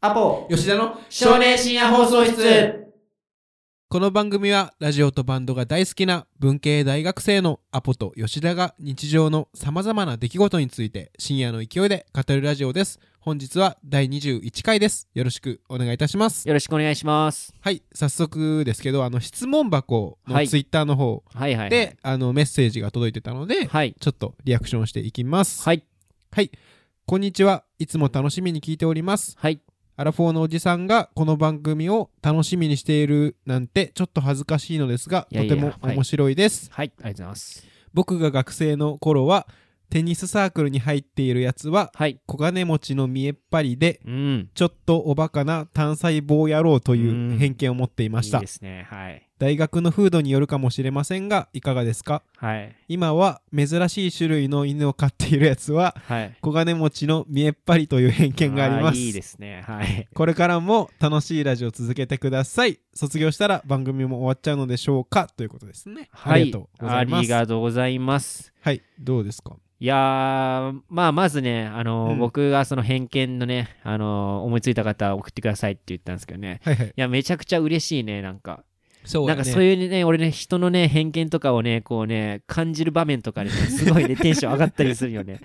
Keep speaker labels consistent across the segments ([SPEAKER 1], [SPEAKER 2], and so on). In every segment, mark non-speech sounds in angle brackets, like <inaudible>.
[SPEAKER 1] アポ
[SPEAKER 2] 吉田の
[SPEAKER 1] 少年深夜放送室
[SPEAKER 2] この番組はラジオとバンドが大好きな文系大学生のアポと吉田が日常のさまざまな出来事について深夜の勢いで語るラジオです本日は第21回ですよろしくお願いいたします
[SPEAKER 1] よろしくお願いします。
[SPEAKER 2] はい早速ですけどあの質問箱
[SPEAKER 1] は
[SPEAKER 2] の
[SPEAKER 1] い
[SPEAKER 2] ツイッターの方
[SPEAKER 1] はいはい、はい。
[SPEAKER 2] で、あのメッセージが届いてたので、
[SPEAKER 1] はい。
[SPEAKER 2] ちょっとリアクションしていきます
[SPEAKER 1] はい。
[SPEAKER 2] はい、こんにちはいつも楽しみに聞いております
[SPEAKER 1] はい。
[SPEAKER 2] アラフォーのおじさんがこの番組を楽しみにしているなんてちょっと恥ずかしいのですが
[SPEAKER 1] いやいや
[SPEAKER 2] とても面白いです、
[SPEAKER 1] はい。ありがとうございます。
[SPEAKER 2] 僕が学生の頃はテニスサークルに入っているやつは
[SPEAKER 1] はい。
[SPEAKER 2] 小金持ちの見えっ張りで
[SPEAKER 1] うん。
[SPEAKER 2] ちょっとおバカな単細胞野郎と
[SPEAKER 1] う
[SPEAKER 2] いうん偏見を持っていまし
[SPEAKER 1] いい
[SPEAKER 2] た
[SPEAKER 1] ですね。はい。
[SPEAKER 2] 大学の風土によるかもしれませんがいかがですか
[SPEAKER 1] はい。
[SPEAKER 2] 今は珍しい種類の犬を飼っているやつは
[SPEAKER 1] はい。
[SPEAKER 2] 小金持ちの見えっ張りという偏見があります
[SPEAKER 1] ーいいですね。はい。
[SPEAKER 2] これからも楽しいラジオ続けてください。卒業したら番組も終わっちゃうのでしょうかということですね。
[SPEAKER 1] はい。
[SPEAKER 2] ありがとうござい
[SPEAKER 1] あ
[SPEAKER 2] ま
[SPEAKER 1] り
[SPEAKER 2] す。
[SPEAKER 1] がとうございます。
[SPEAKER 2] はい、どうですか
[SPEAKER 1] いやー、まあ、まずね、あのー
[SPEAKER 2] うん
[SPEAKER 1] 僕がその偏見のね、あのー思いついた方送ってくださいって言ったんですけどね。
[SPEAKER 2] はいはい。
[SPEAKER 1] いや、めちゃくちゃ嬉しいね、なんか。
[SPEAKER 2] そう
[SPEAKER 1] なんかそう
[SPEAKER 2] いう。
[SPEAKER 1] いうね、俺ね、人のね、偏見とかをね、こうね、感じる場面とかで
[SPEAKER 2] <laughs>
[SPEAKER 1] ね、すごいね、テンション上がったりするよね。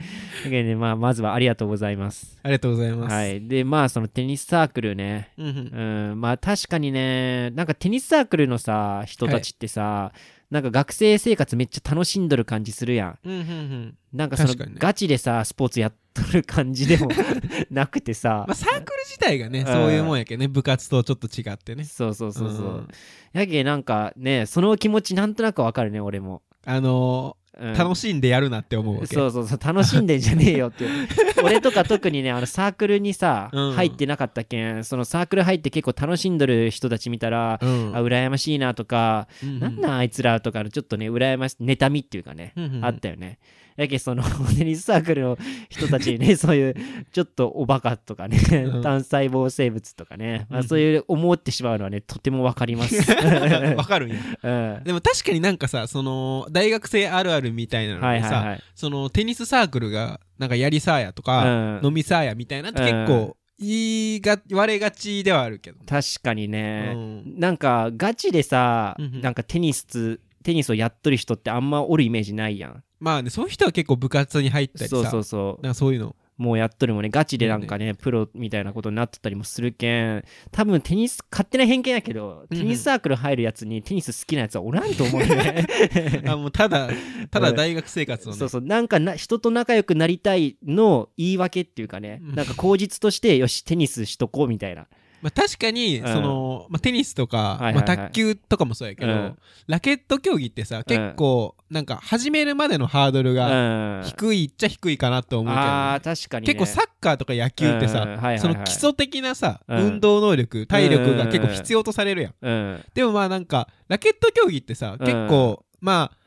[SPEAKER 1] だけどね、まあ、まずはありがとうございます。
[SPEAKER 2] ありがとうございます。
[SPEAKER 1] は。い。で、まあ、そのテニスサークルね、
[SPEAKER 2] うんうん
[SPEAKER 1] うん、まあ確かにね、なんかテニスサークルのさ、人たちってさ、なんか学生生活めっちゃ楽しんどる感じするやん。
[SPEAKER 2] うんうんうん。
[SPEAKER 1] なんかその
[SPEAKER 2] 確かにね
[SPEAKER 1] ガチでさ、スポーツやっとる感じでも <laughs> なくてさ
[SPEAKER 2] まあ、、サークル自体がね、
[SPEAKER 1] ん
[SPEAKER 2] そういうもんやけどね、部活とちょっと違ってね。
[SPEAKER 1] そうそうそうそう。
[SPEAKER 2] うん
[SPEAKER 1] やけなんかね、その気持ちなんとなくわかるね、俺も。
[SPEAKER 2] あの
[SPEAKER 1] うん
[SPEAKER 2] ー、楽しんでやるなって思うわけ。
[SPEAKER 1] そうそうそう楽しんでんじゃねえよっていう
[SPEAKER 2] <laughs>
[SPEAKER 1] 俺とか特にねあのサークルにさ、
[SPEAKER 2] うん
[SPEAKER 1] 入ってなかったけんそのサークル入って結構楽しんどる人たち見たら、
[SPEAKER 2] うん。
[SPEAKER 1] あ羨ましいなとか、
[SPEAKER 2] うんうん、
[SPEAKER 1] なんなんあいつらとかのちょっとね羨まし妬みっていうかね、
[SPEAKER 2] うん
[SPEAKER 1] <laughs>
[SPEAKER 2] うん
[SPEAKER 1] あったよねやけそのテニスサークルの人たちに
[SPEAKER 2] <laughs>
[SPEAKER 1] ねそういうちょっとおバカとかね、
[SPEAKER 2] うん
[SPEAKER 1] 単細胞生物とかね、まあ、そういう思ってしまうのはねとてもわかります、
[SPEAKER 2] <laughs> わかるんや。
[SPEAKER 1] うん、はい
[SPEAKER 2] でも確かになんかさ、その、大学生あるあるみたいなの
[SPEAKER 1] は
[SPEAKER 2] で
[SPEAKER 1] い
[SPEAKER 2] さ、
[SPEAKER 1] はい
[SPEAKER 2] そのテニスサークルがなんかやりさーやとか、
[SPEAKER 1] うん
[SPEAKER 2] 飲みさーやみたいなって
[SPEAKER 1] うん
[SPEAKER 2] 結構言いが言われがちではあるけど、
[SPEAKER 1] 確かに
[SPEAKER 2] う
[SPEAKER 1] ね、
[SPEAKER 2] ん
[SPEAKER 1] なんかガチでさ、
[SPEAKER 2] うんうん
[SPEAKER 1] なんかテニステニスをやっとる人ってあんまおるイメージないやん
[SPEAKER 2] まあねそういう人は結構部活に入ったりさ
[SPEAKER 1] そうそうそう
[SPEAKER 2] なんかそうい
[SPEAKER 1] <laughs>
[SPEAKER 2] うの
[SPEAKER 1] もうやっとるもんねガチでなんかねプロみたいなことになっとったりもするけん多分テニス勝手な偏見やけど
[SPEAKER 2] うん
[SPEAKER 1] テニスサークル入るやつにテニス好きなやつはおらんと思うよ
[SPEAKER 2] <laughs>
[SPEAKER 1] ね
[SPEAKER 2] あもうただただ大学生活のね、
[SPEAKER 1] そうそうなんかな人と仲良くなりたいの言い訳っていうかね
[SPEAKER 2] うん
[SPEAKER 1] なんか口実としてよしテニスしとこうみたいな
[SPEAKER 2] まあ、確かに
[SPEAKER 1] うん
[SPEAKER 2] その、まあ、テニスとか、
[SPEAKER 1] はいはい
[SPEAKER 2] ま
[SPEAKER 1] は
[SPEAKER 2] あ、
[SPEAKER 1] い
[SPEAKER 2] 卓球とかもそうやけど、
[SPEAKER 1] うん
[SPEAKER 2] ラケット競技ってさ結構なんか始めるまでのハードル
[SPEAKER 1] うん
[SPEAKER 2] が
[SPEAKER 1] あ
[SPEAKER 2] 低いっちゃ低いかなと思うけどね、
[SPEAKER 1] ー確かにね
[SPEAKER 2] 結構サッカーとか野球ってさ、
[SPEAKER 1] うんはいはいはい
[SPEAKER 2] その基礎的なさ、
[SPEAKER 1] うん
[SPEAKER 2] 運動能力体力が結構必要とされるやん、
[SPEAKER 1] うん
[SPEAKER 2] でもまあなんかラケット競技ってさ
[SPEAKER 1] うん
[SPEAKER 2] 結構、まあ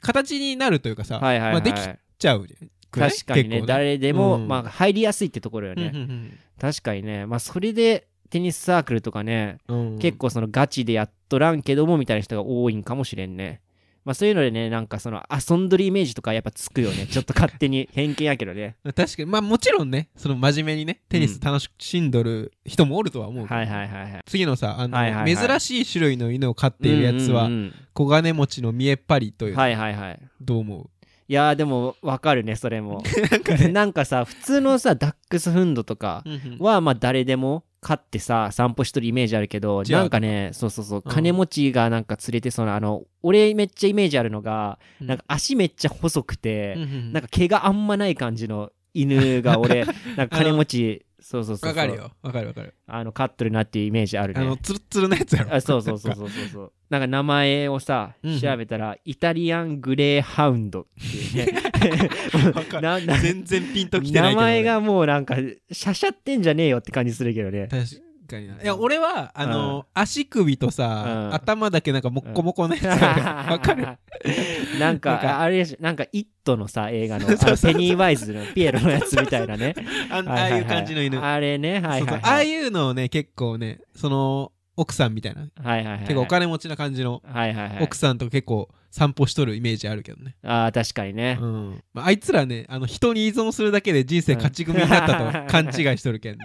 [SPEAKER 2] 形になるというかさ、
[SPEAKER 1] はいはいはい
[SPEAKER 2] まあ、できちゃうくない
[SPEAKER 1] 確かにね
[SPEAKER 2] 結構
[SPEAKER 1] 誰でも、
[SPEAKER 2] うん
[SPEAKER 1] まあ、入りやすいってところよね、確かにね、まあ、それでテニスサークルとかね、
[SPEAKER 2] うんうんうん
[SPEAKER 1] 結構そのガチでやっとらんけどもみたいな人が多いんかもしれんねまあそういうのでねなんかその遊んどるイメージとかやっぱつくよ
[SPEAKER 2] <laughs>
[SPEAKER 1] ねちょっと勝手に偏見やけどね
[SPEAKER 2] 確かにまあもちろんねその真面目にねテニス楽しんどる人もおるとは思うけど、
[SPEAKER 1] はいはいはいはい
[SPEAKER 2] 次のさあの、
[SPEAKER 1] はいはいはい
[SPEAKER 2] 珍しい種類の犬を飼っているやつは
[SPEAKER 1] うんうん
[SPEAKER 2] 小金持ちの見えっ張りと
[SPEAKER 1] う
[SPEAKER 2] い
[SPEAKER 1] ん
[SPEAKER 2] う、
[SPEAKER 1] はいはいはい
[SPEAKER 2] どう思
[SPEAKER 1] いやーでもわかるねそれ
[SPEAKER 2] <laughs>
[SPEAKER 1] もなんかさ普通のさダックスフンドとか
[SPEAKER 2] う、
[SPEAKER 1] はまあ誰でも飼ってさ散歩しとるイメージあるけど
[SPEAKER 2] 違う
[SPEAKER 1] なんかねそうそうそう
[SPEAKER 2] うん
[SPEAKER 1] 金持ちがなんか連れてそうなあの俺めっちゃイメージあるのが
[SPEAKER 2] うん
[SPEAKER 1] なんか足めっちゃ細く
[SPEAKER 2] うんう
[SPEAKER 1] て
[SPEAKER 2] んうん
[SPEAKER 1] なんか毛があんまない感じの犬
[SPEAKER 2] <laughs>
[SPEAKER 1] が俺なんか金持ちそうそうそう
[SPEAKER 2] わ
[SPEAKER 1] そ
[SPEAKER 2] かる
[SPEAKER 1] う
[SPEAKER 2] よわかるわかる
[SPEAKER 1] あの飼っとるなっていうイメージある
[SPEAKER 2] あの
[SPEAKER 1] ね
[SPEAKER 2] ツルッツルのやつやろ
[SPEAKER 1] あそうそうそうそうそうそうなんか名前をさ
[SPEAKER 2] うんうん
[SPEAKER 1] 調べたらイタリアングレーハウンドっていうね
[SPEAKER 2] <laughs> わかる
[SPEAKER 1] <laughs> なな
[SPEAKER 2] 全然ピンときて
[SPEAKER 1] 名
[SPEAKER 2] ないけど
[SPEAKER 1] 前がもうなんかしゃしゃってんじゃねえよって感じするけどね
[SPEAKER 2] 確かにないや俺はあの、足首とさ、
[SPEAKER 1] うん
[SPEAKER 2] 頭だけなんかもっこもこのやつが <laughs> わかる
[SPEAKER 1] <laughs> なん
[SPEAKER 2] なんか
[SPEAKER 1] か、あれでしょなんか、イットのさ、映画の、あ
[SPEAKER 2] <laughs> そうそう
[SPEAKER 1] の
[SPEAKER 2] そう
[SPEAKER 1] ペニーワイズのピエロのやつみたいな
[SPEAKER 2] <laughs>
[SPEAKER 1] ね。
[SPEAKER 2] あんあ
[SPEAKER 1] は
[SPEAKER 2] あ
[SPEAKER 1] はは
[SPEAKER 2] いう感じの犬、
[SPEAKER 1] あれね、はい
[SPEAKER 2] そう
[SPEAKER 1] は
[SPEAKER 2] そ
[SPEAKER 1] い。
[SPEAKER 2] うああいうのをね結構ねその奥さんみたいな
[SPEAKER 1] はいはいはい。
[SPEAKER 2] 結構お金持ちな感じの
[SPEAKER 1] はいはいはい。
[SPEAKER 2] 奥さんと結構散歩しとるイメージあるけどね、
[SPEAKER 1] ああ、確かにね
[SPEAKER 2] う。んまあ、あいつらねあの人に依存するだけで人生勝ち組になった
[SPEAKER 1] <laughs>
[SPEAKER 2] と勘違いしとるけんね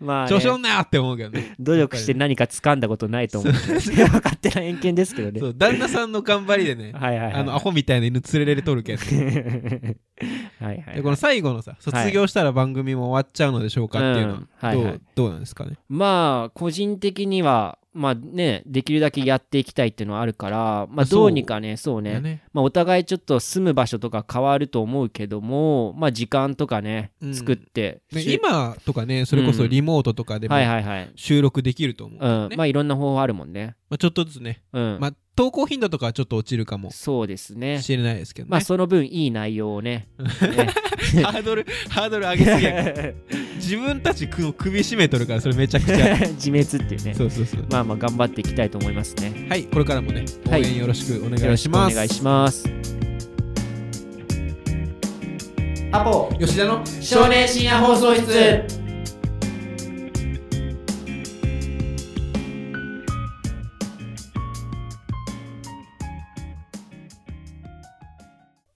[SPEAKER 1] まあね、
[SPEAKER 2] 調子乗んなって思うけどね
[SPEAKER 1] 努力して何か掴んだことないと思う。 <laughs> 分かってない偏見ですけどね。
[SPEAKER 2] そう旦那さんの頑張りでね
[SPEAKER 1] はいはいはい。
[SPEAKER 2] あのアホみたいな犬連れれと
[SPEAKER 1] <laughs>
[SPEAKER 2] るけん
[SPEAKER 1] はいはい、
[SPEAKER 2] でこの最後のさ卒業したら番組も終わっちゃうのでしょうかっていうのは、
[SPEAKER 1] うんはいはい
[SPEAKER 2] どうどうなんですかね
[SPEAKER 1] まあ個人的にはまあねできるだけやっていきたいっていうのはあるからまあ
[SPEAKER 2] そう
[SPEAKER 1] どうにかねそうね
[SPEAKER 2] だね
[SPEAKER 1] まあお互いちょっと住む場所とか変わると思うけどもまあ時間とかね
[SPEAKER 2] うん
[SPEAKER 1] 作って、
[SPEAKER 2] ね
[SPEAKER 1] し
[SPEAKER 2] 今とかねそれこそリモートとかでも
[SPEAKER 1] はいはいはい、
[SPEAKER 2] 収録できると思う、
[SPEAKER 1] うん
[SPEAKER 2] ね
[SPEAKER 1] まあいろんな方法あるもんね
[SPEAKER 2] まあ、ちょっとずつね、
[SPEAKER 1] うん、
[SPEAKER 2] まあ、投稿頻度とかはちょっと落ちるかも
[SPEAKER 1] そうですね
[SPEAKER 2] しれないですけどね、
[SPEAKER 1] まあその分いい内容をね
[SPEAKER 2] <laughs> ハードルハードル上げすぎ
[SPEAKER 1] <laughs>
[SPEAKER 2] やから自分たちく首絞めとるからそれめちゃくち
[SPEAKER 1] <laughs>
[SPEAKER 2] ゃ
[SPEAKER 1] 自滅っていうね
[SPEAKER 2] そうそうそう
[SPEAKER 1] まあまあ頑張っていきたいと思いますね
[SPEAKER 2] はいこれからもね応
[SPEAKER 1] はい
[SPEAKER 2] 援よろしくお願
[SPEAKER 1] よろ
[SPEAKER 2] い
[SPEAKER 1] し
[SPEAKER 2] し
[SPEAKER 1] くお
[SPEAKER 2] ます、
[SPEAKER 1] 願いしますアポ
[SPEAKER 2] 吉田の
[SPEAKER 1] 少年深夜放送室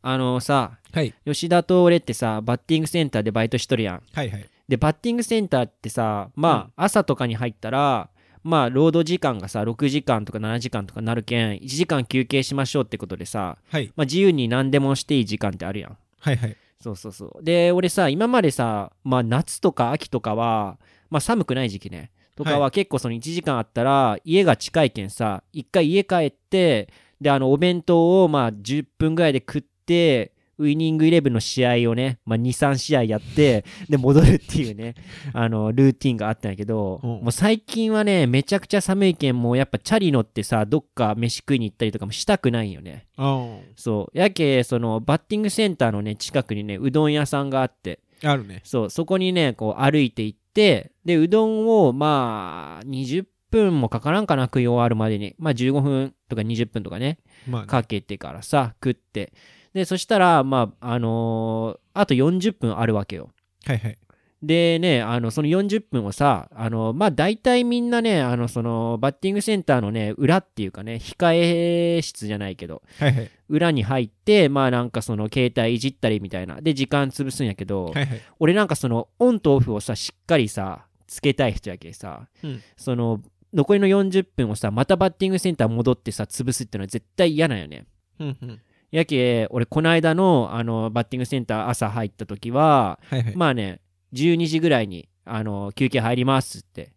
[SPEAKER 1] あのさ
[SPEAKER 2] はい
[SPEAKER 1] 吉田と俺ってさバッティングセンターでバイトしとるやん
[SPEAKER 2] はいはい
[SPEAKER 1] でバッティングセンターってさまあ朝とかに入ったら、まあ労働時間がさ6時間とか7時間とかなるけん1時間休憩しましょうってことでさ、
[SPEAKER 2] はい
[SPEAKER 1] まあ、自由に何でもしていい時間ってあるやん
[SPEAKER 2] はいはい
[SPEAKER 1] そうそうそう。で、俺さ、今までさ、まあ夏とか秋とかは、まあ寒くない時期ね。とか
[SPEAKER 2] は
[SPEAKER 1] は結構その1時間あったら、家が近いけんさ、一回家帰って、で、あの、お弁当をまあ10分ぐらいで食って、ウイニングイレブンの試合をね、まあ、2、3試合やって、で、戻るっていうね、あの、ルーティンがあったんやけど、
[SPEAKER 2] うん
[SPEAKER 1] もう最近はね、めちゃくちゃ寒いけん、もうやっぱチャリ乗ってさ、どっか飯食いに行ったりとかもしたくないんよね。
[SPEAKER 2] あー
[SPEAKER 1] そう。やけ、その、バッティングセンターのね、近くにね、うどん屋さんがあって、
[SPEAKER 2] あるね
[SPEAKER 1] そう、そこにね、こう歩いて行って、で、うどんを、まあ、20分もかからんかな、食い終わるまでに。まあ、15分とか20分とかね、
[SPEAKER 2] まあね
[SPEAKER 1] かけてからさ、食って。で、そしたら、まあ、あのーあと40分あるわけよ。
[SPEAKER 2] はいはい
[SPEAKER 1] でね、あの、その40分をさ、あの、まあ、大体みんなね、あの、その、バッティングセンターのね、裏っていうかね、控え室じゃないけど、
[SPEAKER 2] はいはい
[SPEAKER 1] 裏に入ってまあなんかその携帯いじったりみたいなで時間潰すんやけど、
[SPEAKER 2] はいはい
[SPEAKER 1] 俺なんかそのオンとオフをさしっかりさつけたい人やけさ、
[SPEAKER 2] うん
[SPEAKER 1] その残りの40分をさまたバッティングセンター戻ってさ潰すってのは絶対嫌なんよね
[SPEAKER 2] うんうん
[SPEAKER 1] やけ俺この間のあのバッティングセンター朝入った時は、
[SPEAKER 2] はいはい
[SPEAKER 1] まあね12時ぐらいにあの休憩入りますって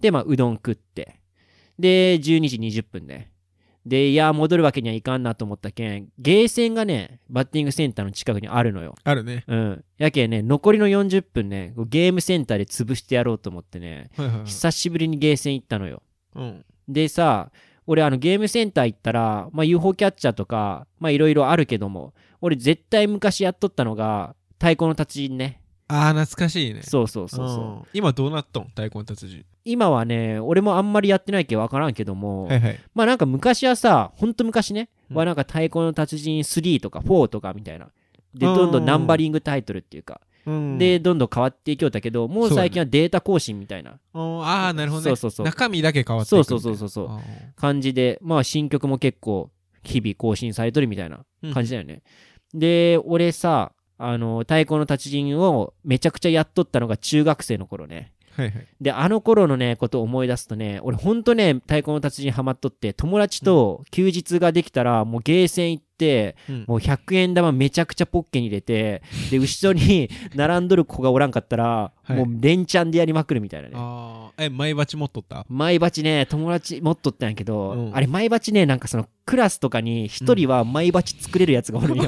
[SPEAKER 1] でまあうどん食ってで12時20分ねでいや戻るわけにはいかんなと思ったけんゲーセンがねバッティングセンターの近くにあるのよ
[SPEAKER 2] あるね
[SPEAKER 1] うんやけんね残りの40分ねこうゲームセンターで潰してやろうと思ってね
[SPEAKER 2] はいはいはい
[SPEAKER 1] 久しぶりにゲーセン行ったのよ
[SPEAKER 2] うん
[SPEAKER 1] でさ俺あのゲームセンター行ったら、まあ、UFO キャッチャーとかまあいろいろあるけども俺絶対昔やっとったのが太鼓の達人ね
[SPEAKER 2] ああ懐かしいね
[SPEAKER 1] そうそうそうそう、
[SPEAKER 2] ん今どうなっとん太鼓の達人
[SPEAKER 1] 今はね俺もあんまりやってないけど分からんけども、
[SPEAKER 2] はいはい
[SPEAKER 1] まあなんか昔はさほんと昔ね、
[SPEAKER 2] うん
[SPEAKER 1] はなんか「太鼓の達人3」とか「4」とかみたいなで
[SPEAKER 2] うん
[SPEAKER 1] どんどんナンバリングタイトルっていうか、
[SPEAKER 2] うん
[SPEAKER 1] でどんどん変わっていきよったけどもう最近はデータ更新みたいな
[SPEAKER 2] うんああなるほどね
[SPEAKER 1] そうそうそう
[SPEAKER 2] 中身だけ変わっていく
[SPEAKER 1] そ
[SPEAKER 2] み
[SPEAKER 1] うそ
[SPEAKER 2] たい
[SPEAKER 1] う
[SPEAKER 2] な
[SPEAKER 1] そうそうそう
[SPEAKER 2] あ
[SPEAKER 1] 感じでまあ新曲も結構日々更新されとるみたいな
[SPEAKER 2] ー
[SPEAKER 1] 感じだよね、で俺さあの太鼓の達人をめちゃくちゃやっとったのが中学生の頃ね、
[SPEAKER 2] うんはいはい
[SPEAKER 1] で、あの頃のね、ことを思い出すとね、俺ほんとね、太鼓の達人ハマっとって、友達と休日ができたら、もうゲーセン行って、
[SPEAKER 2] うん
[SPEAKER 1] もう100円玉めちゃくちゃポッケに入れて、で、後ろ
[SPEAKER 2] <laughs>
[SPEAKER 1] に並んどる子がおらんかったら、
[SPEAKER 2] はい
[SPEAKER 1] もう連チャンでやりまくるみたいなね。
[SPEAKER 2] あーえ前鉢持っとった
[SPEAKER 1] 前鉢ね、友達持っとったんやけど、
[SPEAKER 2] うん
[SPEAKER 1] あれ前鉢ね、なんかそのクラスとかに一人は前鉢作れるやつがおるん
[SPEAKER 2] <laughs>
[SPEAKER 1] よ。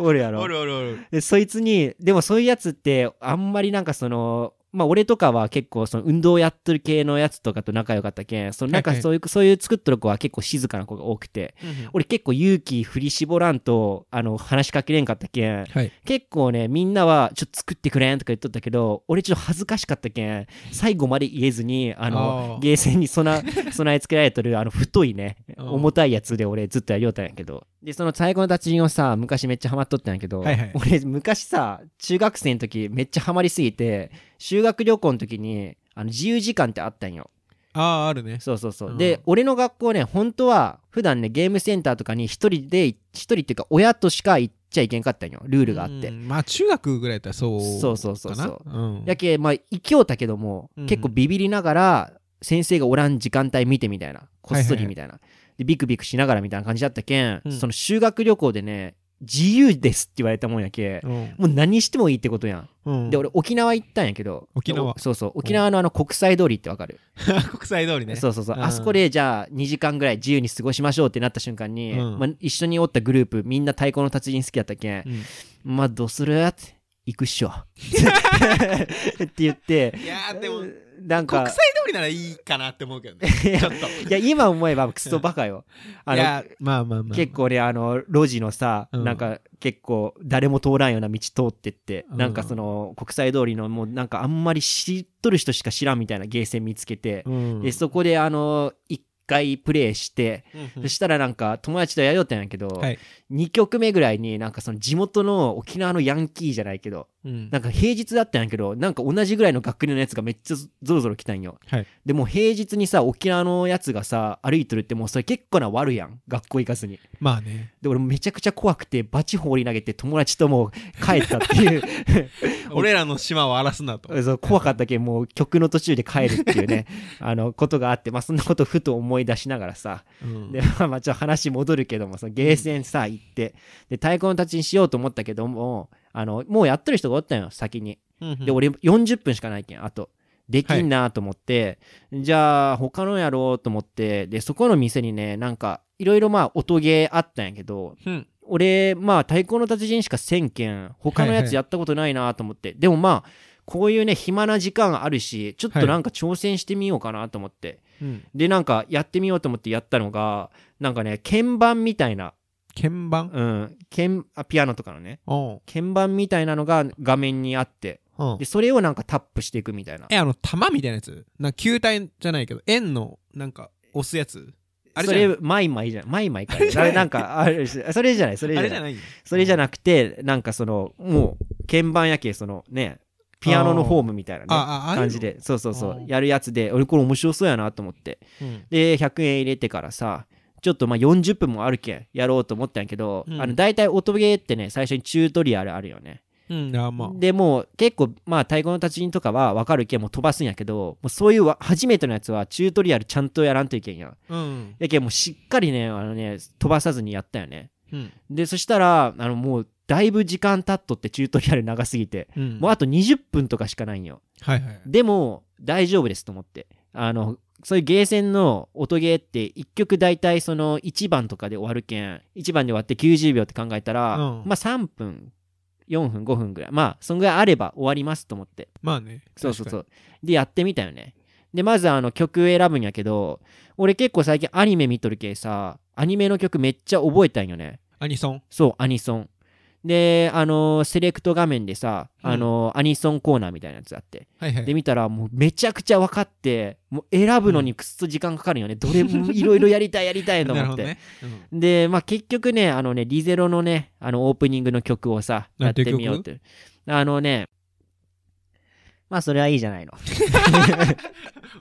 [SPEAKER 1] おるやろ。
[SPEAKER 2] おるおるおる
[SPEAKER 1] でそいつにでもそういうやつってあんまりなんかそのまあ俺とかは結構その運動やってる系のやつとかと仲良かったけんそのなんか
[SPEAKER 2] はいはい
[SPEAKER 1] そういうそういう作っとる子は結構静かな子が多くて俺結構勇気振り絞らんとあの話しかけれんかったけん
[SPEAKER 2] はい
[SPEAKER 1] 結構ねみんなはちょっと作ってくれんとか言っとったけど俺ちょっと恥ずかしかったけん最後まで言えずにあの
[SPEAKER 2] あー
[SPEAKER 1] ゲーセンに
[SPEAKER 2] <laughs>
[SPEAKER 1] 備備え付けられとるあの太いね
[SPEAKER 2] うん
[SPEAKER 1] 重たいやつで俺ずっとやりよったんやけどでその太鼓の達人をさ昔めっちゃハマっとったんやけど、
[SPEAKER 2] はいはい
[SPEAKER 1] 俺昔さ中学生の時めっちゃハマりすぎて修学旅行の時にあの自由時間ってあったんよ
[SPEAKER 2] ああ、あるね。
[SPEAKER 1] そうそうそう、
[SPEAKER 2] うん
[SPEAKER 1] で俺の学校ね本当は普段ねゲームセンターとかに一人で一人っていうか親としか行っちゃいけんかったんよルールがあって、
[SPEAKER 2] うんまあ、中学ぐらいだったらそうかな。
[SPEAKER 1] そうそうそうそう
[SPEAKER 2] うん。
[SPEAKER 1] やけまあ生きようたけども、
[SPEAKER 2] うん
[SPEAKER 1] 結構ビビりながら先生がおらん時間帯見てみたいなこっそりみたいな、でビクビクしながらみたいな感じだったけん、
[SPEAKER 2] うん
[SPEAKER 1] その修学旅行でね自由ですって言われたもんやけ、
[SPEAKER 2] うん
[SPEAKER 1] もう何してもいいってことやん、
[SPEAKER 2] うん
[SPEAKER 1] で俺沖縄行ったんやけど
[SPEAKER 2] 沖縄
[SPEAKER 1] おそうそう沖縄のあの国際通りってわかる、
[SPEAKER 2] <laughs> 国際通りね。
[SPEAKER 1] そうそうそう、
[SPEAKER 2] うん
[SPEAKER 1] あそこでじゃあ2時間ぐらい自由に過ごしましょうってなった瞬間に、
[SPEAKER 2] うん
[SPEAKER 1] まあ、一緒におったグループみんな太鼓の達人好きだったけん、
[SPEAKER 2] うん
[SPEAKER 1] まあどうするって行くっし
[SPEAKER 2] <laughs>
[SPEAKER 1] ょって言って
[SPEAKER 2] いやー、でも、国
[SPEAKER 1] なんか
[SPEAKER 2] 際通りならいいかなって思うけどね。
[SPEAKER 1] いや
[SPEAKER 2] ちょっと。
[SPEAKER 1] いや今思えばクソバカよあ
[SPEAKER 2] い
[SPEAKER 1] の
[SPEAKER 2] や、まあまあまあ。
[SPEAKER 1] 結構ねあの路地のさ、
[SPEAKER 2] うん
[SPEAKER 1] なんか結構誰も通らんような道通ってって、
[SPEAKER 2] うん
[SPEAKER 1] なんかその国際通りのもうなんかあんまり知っとる人しか知らんみたいなゲーセン見つけて、
[SPEAKER 2] うん。
[SPEAKER 1] でそこであの1回プレイして、
[SPEAKER 2] うんうん
[SPEAKER 1] そしたらなんか友達とやりよったんやけど、
[SPEAKER 2] はい
[SPEAKER 1] 2曲目ぐらいになんかその地元の沖縄のヤンキーじゃないけど
[SPEAKER 2] うん
[SPEAKER 1] なんか平日だったんやけどなんか同じぐらいの学年のやつがめっちゃゾロゾロ来たんよ、
[SPEAKER 2] はい
[SPEAKER 1] でもう平日にさ沖縄のやつがさ歩いとるってもうそれ結構な悪やん学校行かずに
[SPEAKER 2] まあね。
[SPEAKER 1] で俺めちゃくちゃ怖くてバチ放り投げて友達ともう帰ったって
[SPEAKER 2] <laughs>
[SPEAKER 1] いう
[SPEAKER 2] 俺らの島を荒らすなと。
[SPEAKER 1] そう怖かったけんもう曲の途中で帰るっていうね <laughs> あのことがあってまあそんなことふと思い出しながらさ
[SPEAKER 2] うん
[SPEAKER 1] でまあまあちょっと話戻るけどもそのゲーセンさ行ってで太鼓の達人しようと思ったけどもあのもうやってる人がおったんよ先にで、俺40分しかないけんあとできんなと思って、じゃあ他のやろうと思ってでそこの店にねなんかいろいろまあ音ゲーあったんやけど
[SPEAKER 2] うん
[SPEAKER 1] 俺まあ太鼓の達人しか1000件他のや
[SPEAKER 2] はいは
[SPEAKER 1] つ
[SPEAKER 2] い
[SPEAKER 1] やったことないなと思って、でもまあこういうね暇な時間あるしちょっとなんか挑戦してみようかなと思って、
[SPEAKER 2] うん。
[SPEAKER 1] でなんかやってみようと思ってやったのがなんかね鍵盤みたいな、
[SPEAKER 2] 鍵盤
[SPEAKER 1] うん、鍵あピアノとかのね
[SPEAKER 2] お
[SPEAKER 1] 鍵盤みたいなのが画面にあって
[SPEAKER 2] うん
[SPEAKER 1] で。それをなんかタップしていくみたいな
[SPEAKER 2] え、あの、玉みたいなやつなんか球体じゃないけど、円の、なんか、押すやつあれ
[SPEAKER 1] そ
[SPEAKER 2] じゃな
[SPEAKER 1] れ
[SPEAKER 2] い
[SPEAKER 1] マイマイじゃないマイマイか
[SPEAKER 2] あれじゃない
[SPEAKER 1] ななんかあれそれじゃないそれじゃな
[SPEAKER 2] あれ
[SPEAKER 1] い
[SPEAKER 2] じゃない
[SPEAKER 1] それじゃなくてなんかそのもう鍵盤やけそのねピアノのフォームみたいなね
[SPEAKER 2] ああああ
[SPEAKER 1] 感じでそうそうそ
[SPEAKER 2] あ
[SPEAKER 1] う
[SPEAKER 2] ー
[SPEAKER 1] やるやつで俺これ面白そうやなと思って
[SPEAKER 2] うん。
[SPEAKER 1] で100円入れてからさちょっとまあ40分もあるけんやろうと思ったんやけど、
[SPEAKER 2] うん
[SPEAKER 1] あの大体音ゲーってね最初にチュートリアルあるよね、
[SPEAKER 2] うん。あ、まあ。
[SPEAKER 1] でもう結構まあ太鼓の達人とかは分かるけんもう飛ばすんやけどもうそういうわ初めてのやつはチュートリアルちゃんとやらんといけんやん
[SPEAKER 2] うん。
[SPEAKER 1] やけんもうしっかりねあのね飛ばさずにやったよね
[SPEAKER 2] うん。
[SPEAKER 1] でそしたらあのもうだいぶ時間経っとってチュートリアル長すぎて
[SPEAKER 2] うん
[SPEAKER 1] もうあと20分とかしかないんよ
[SPEAKER 2] はいはい。
[SPEAKER 1] でも大丈夫ですと思ってあのそういうゲーセンの音ゲーって1曲大体その1番とかで終わるけん1番で終わって90秒って考えたら、
[SPEAKER 2] うん
[SPEAKER 1] まあ3分4分5分ぐらいまあそんぐらいあれば終わりますと思って
[SPEAKER 2] まあね。。
[SPEAKER 1] そうそうそううでやってみたよねでまずあの曲選ぶんやけど俺結構最近アニメ見とるけさアニメの曲めっちゃ覚えたんよね
[SPEAKER 2] アニソン。
[SPEAKER 1] そうアニソンであのセレクト画面でさ、
[SPEAKER 2] うん
[SPEAKER 1] あのアニソンコーナーみたいなやつあって
[SPEAKER 2] はいはい。
[SPEAKER 1] で見たらもうめちゃくちゃ分かってもう選ぶのにくっそ時間かかるよね、どれもいろいろやりたいやりたいと
[SPEAKER 2] <laughs> なる
[SPEAKER 1] 思
[SPEAKER 2] ほ
[SPEAKER 1] って、
[SPEAKER 2] どね。
[SPEAKER 1] でまあ結局ねあのねリゼロのねあのオープニングの曲をさや
[SPEAKER 2] なん
[SPEAKER 1] っててみようってあのねまあそれはいいじゃ
[SPEAKER 2] <laughs>
[SPEAKER 1] ないの、
[SPEAKER 2] う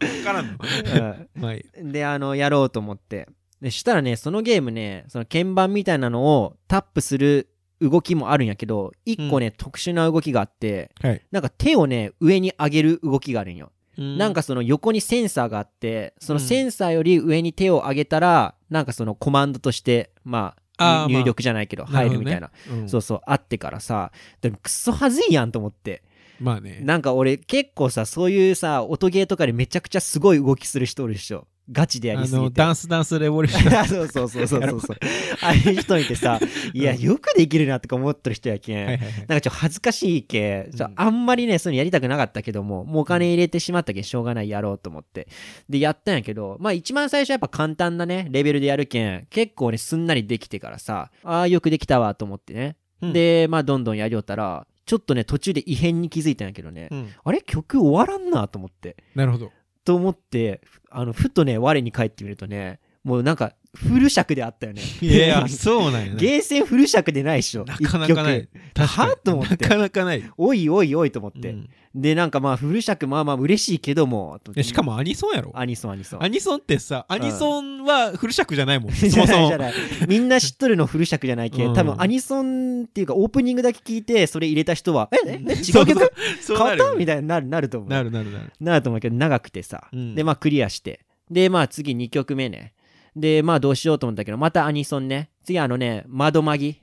[SPEAKER 2] ん。わからんの。 <laughs> まあいい。
[SPEAKER 1] うんであのやろうと思ってでしたらねそのゲームねその鍵盤みたいなのをタップする動きもあるんやけど一個ね、特殊な動きがあって
[SPEAKER 2] はい。
[SPEAKER 1] なんか手をね上に上げる動きがあるんよなん
[SPEAKER 2] か、
[SPEAKER 1] かその横にセンサーがあってそのセンサーより上に手を上げたら、なんかそのコマンドとしてまあ
[SPEAKER 2] あー
[SPEAKER 1] 入入力じゃないけど
[SPEAKER 2] まあ
[SPEAKER 1] 入るみたいな
[SPEAKER 2] うん
[SPEAKER 1] そうそうあってからさでもクソはずいやんと思って
[SPEAKER 2] まあね。
[SPEAKER 1] なんか俺結構さそういうさ音ゲーとかでめちゃくちゃすごい動きする人おるでしょガチでや
[SPEAKER 2] あ
[SPEAKER 1] りすぎ
[SPEAKER 2] の、
[SPEAKER 1] て
[SPEAKER 2] ダ。ンスダンスレボリューション。
[SPEAKER 1] <laughs> そうそうそうそうそうそうああいう人いてさいや
[SPEAKER 2] <laughs> うん
[SPEAKER 1] よくできるなとか思ってる人やけん、
[SPEAKER 2] はいはいはい。
[SPEAKER 1] なんかちょっと恥ずかしいけ、ちょ
[SPEAKER 2] うん
[SPEAKER 1] あんまりね、そういうのやりたくなかったけども、もうお金入れてしまったけん、しょうがないやろうと思って。で、やったんやけど、まあ一番最初はやっぱ簡単なね、レベルでやるけん、結構ね、すんなりできてからさ、ああ、よくできたわと思ってね。
[SPEAKER 2] うん
[SPEAKER 1] で、まあどんどんやりよったら、ちょっとね、途中で異変に気づいたんやけどね、
[SPEAKER 2] うん
[SPEAKER 1] あれ曲終わらんなと思って。
[SPEAKER 2] なるほど。
[SPEAKER 1] と思って、あの、ふとね、我に返ってみるとね、もうなんか、フル尺であったよね。
[SPEAKER 2] いや、そうなんや
[SPEAKER 1] <laughs>
[SPEAKER 2] ね。
[SPEAKER 1] ゲーセンフル尺でないでしょ。
[SPEAKER 2] なかなかない
[SPEAKER 1] 一曲。。はと思って
[SPEAKER 2] なかなかない。
[SPEAKER 1] おいおいおいと思って。
[SPEAKER 2] うん
[SPEAKER 1] で、なんかまあ、フル尺、まあまあ、嬉しいけども。
[SPEAKER 2] えしかもアニソンやろ。
[SPEAKER 1] アニソン、アニソン。
[SPEAKER 2] アニソンってさ、アニソンはフル尺じゃないも
[SPEAKER 1] <laughs>
[SPEAKER 2] ん。
[SPEAKER 1] じ
[SPEAKER 2] そ
[SPEAKER 1] ゃ
[SPEAKER 2] も
[SPEAKER 1] な
[SPEAKER 2] そ
[SPEAKER 1] い
[SPEAKER 2] も
[SPEAKER 1] じゃ。ないみんな知っとるのフル尺じゃないけ、
[SPEAKER 2] うん
[SPEAKER 1] 多分アニソンっていうかオープニングだけ聞いてそれ入れた人は「えええ違う
[SPEAKER 2] そう
[SPEAKER 1] 曲
[SPEAKER 2] そ
[SPEAKER 1] 変
[SPEAKER 2] うな
[SPEAKER 1] わっ
[SPEAKER 2] るよ
[SPEAKER 1] た?」
[SPEAKER 2] ね
[SPEAKER 1] みたいになるなると思う
[SPEAKER 2] なるなるなる。
[SPEAKER 1] なると思うけど長くてさ、
[SPEAKER 2] うん
[SPEAKER 1] でまあクリアしてでまあ次2曲目ねでまあどうしようと思ったけどまたアニソンね次あのね「窓マギ」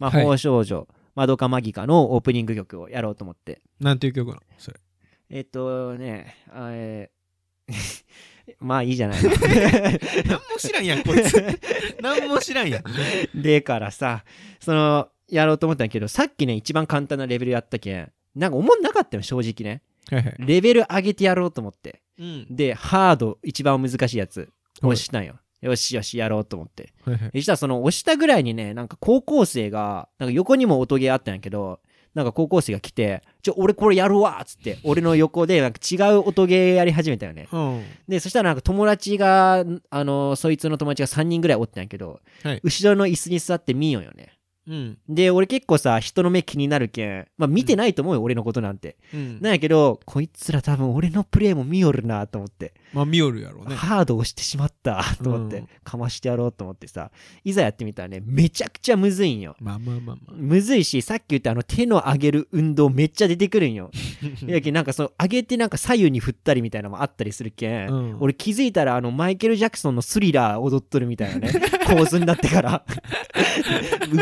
[SPEAKER 1] 魔法少女「窓かマギか」のオープニング曲をやろうと思って
[SPEAKER 2] なんていう曲なのそ <laughs> れ。
[SPEAKER 1] えっとねあえー <laughs> まあいいじゃない
[SPEAKER 2] なんも知らんやん、こいつ。 <laughs> なんも知らんやん。
[SPEAKER 1] でからさそのやろうと思ったんやけどさっきね一番簡単なレベルやったけんなんか思んなかったよ正直ね
[SPEAKER 2] はいはい。
[SPEAKER 1] レベル上げてやろうと思って
[SPEAKER 2] うん。
[SPEAKER 1] でハード一番難しいやつ押したんよよしよしやろうと思って
[SPEAKER 2] はいはい。
[SPEAKER 1] そしたらその押したぐらいにねなんか高校生がなんか横にも音ゲーあったんやけどなんか高校生が来て「ちょ俺これやるわ」っつって俺の横でなんか違う音ゲーやり始めたよね
[SPEAKER 2] うん。
[SPEAKER 1] でそしたらなんか友達があのそいつの友達が3人ぐらいおったんやけど、
[SPEAKER 2] はい
[SPEAKER 1] 後ろの椅子に座って見よんよね
[SPEAKER 2] うん。
[SPEAKER 1] で俺結構さ人の目気になるけん、まあ、見てないと思うよ、俺のことなんて
[SPEAKER 2] うん
[SPEAKER 1] なんやけどこいつら多分俺のプレイも見よるなと思って、
[SPEAKER 2] まあ、見よるやろうね。
[SPEAKER 1] ハード押してしまったと思って、
[SPEAKER 2] うん
[SPEAKER 1] かましてやろうと思ってさいざやってみたらねめちゃくちゃむずいんよ
[SPEAKER 2] まあまあまあま
[SPEAKER 1] むずいしさっき言ったあの手の上げる運動めっちゃ出てくるん
[SPEAKER 2] <laughs>
[SPEAKER 1] よ
[SPEAKER 2] あ。
[SPEAKER 1] やけんなんかその上げてなんか左右に振ったりみたいなのもあったりするけん、
[SPEAKER 2] うん
[SPEAKER 1] 俺気づいたらあのマイケル・ジャクソンのスリラー踊っとるみたいな
[SPEAKER 2] <laughs>
[SPEAKER 1] ね構図になってから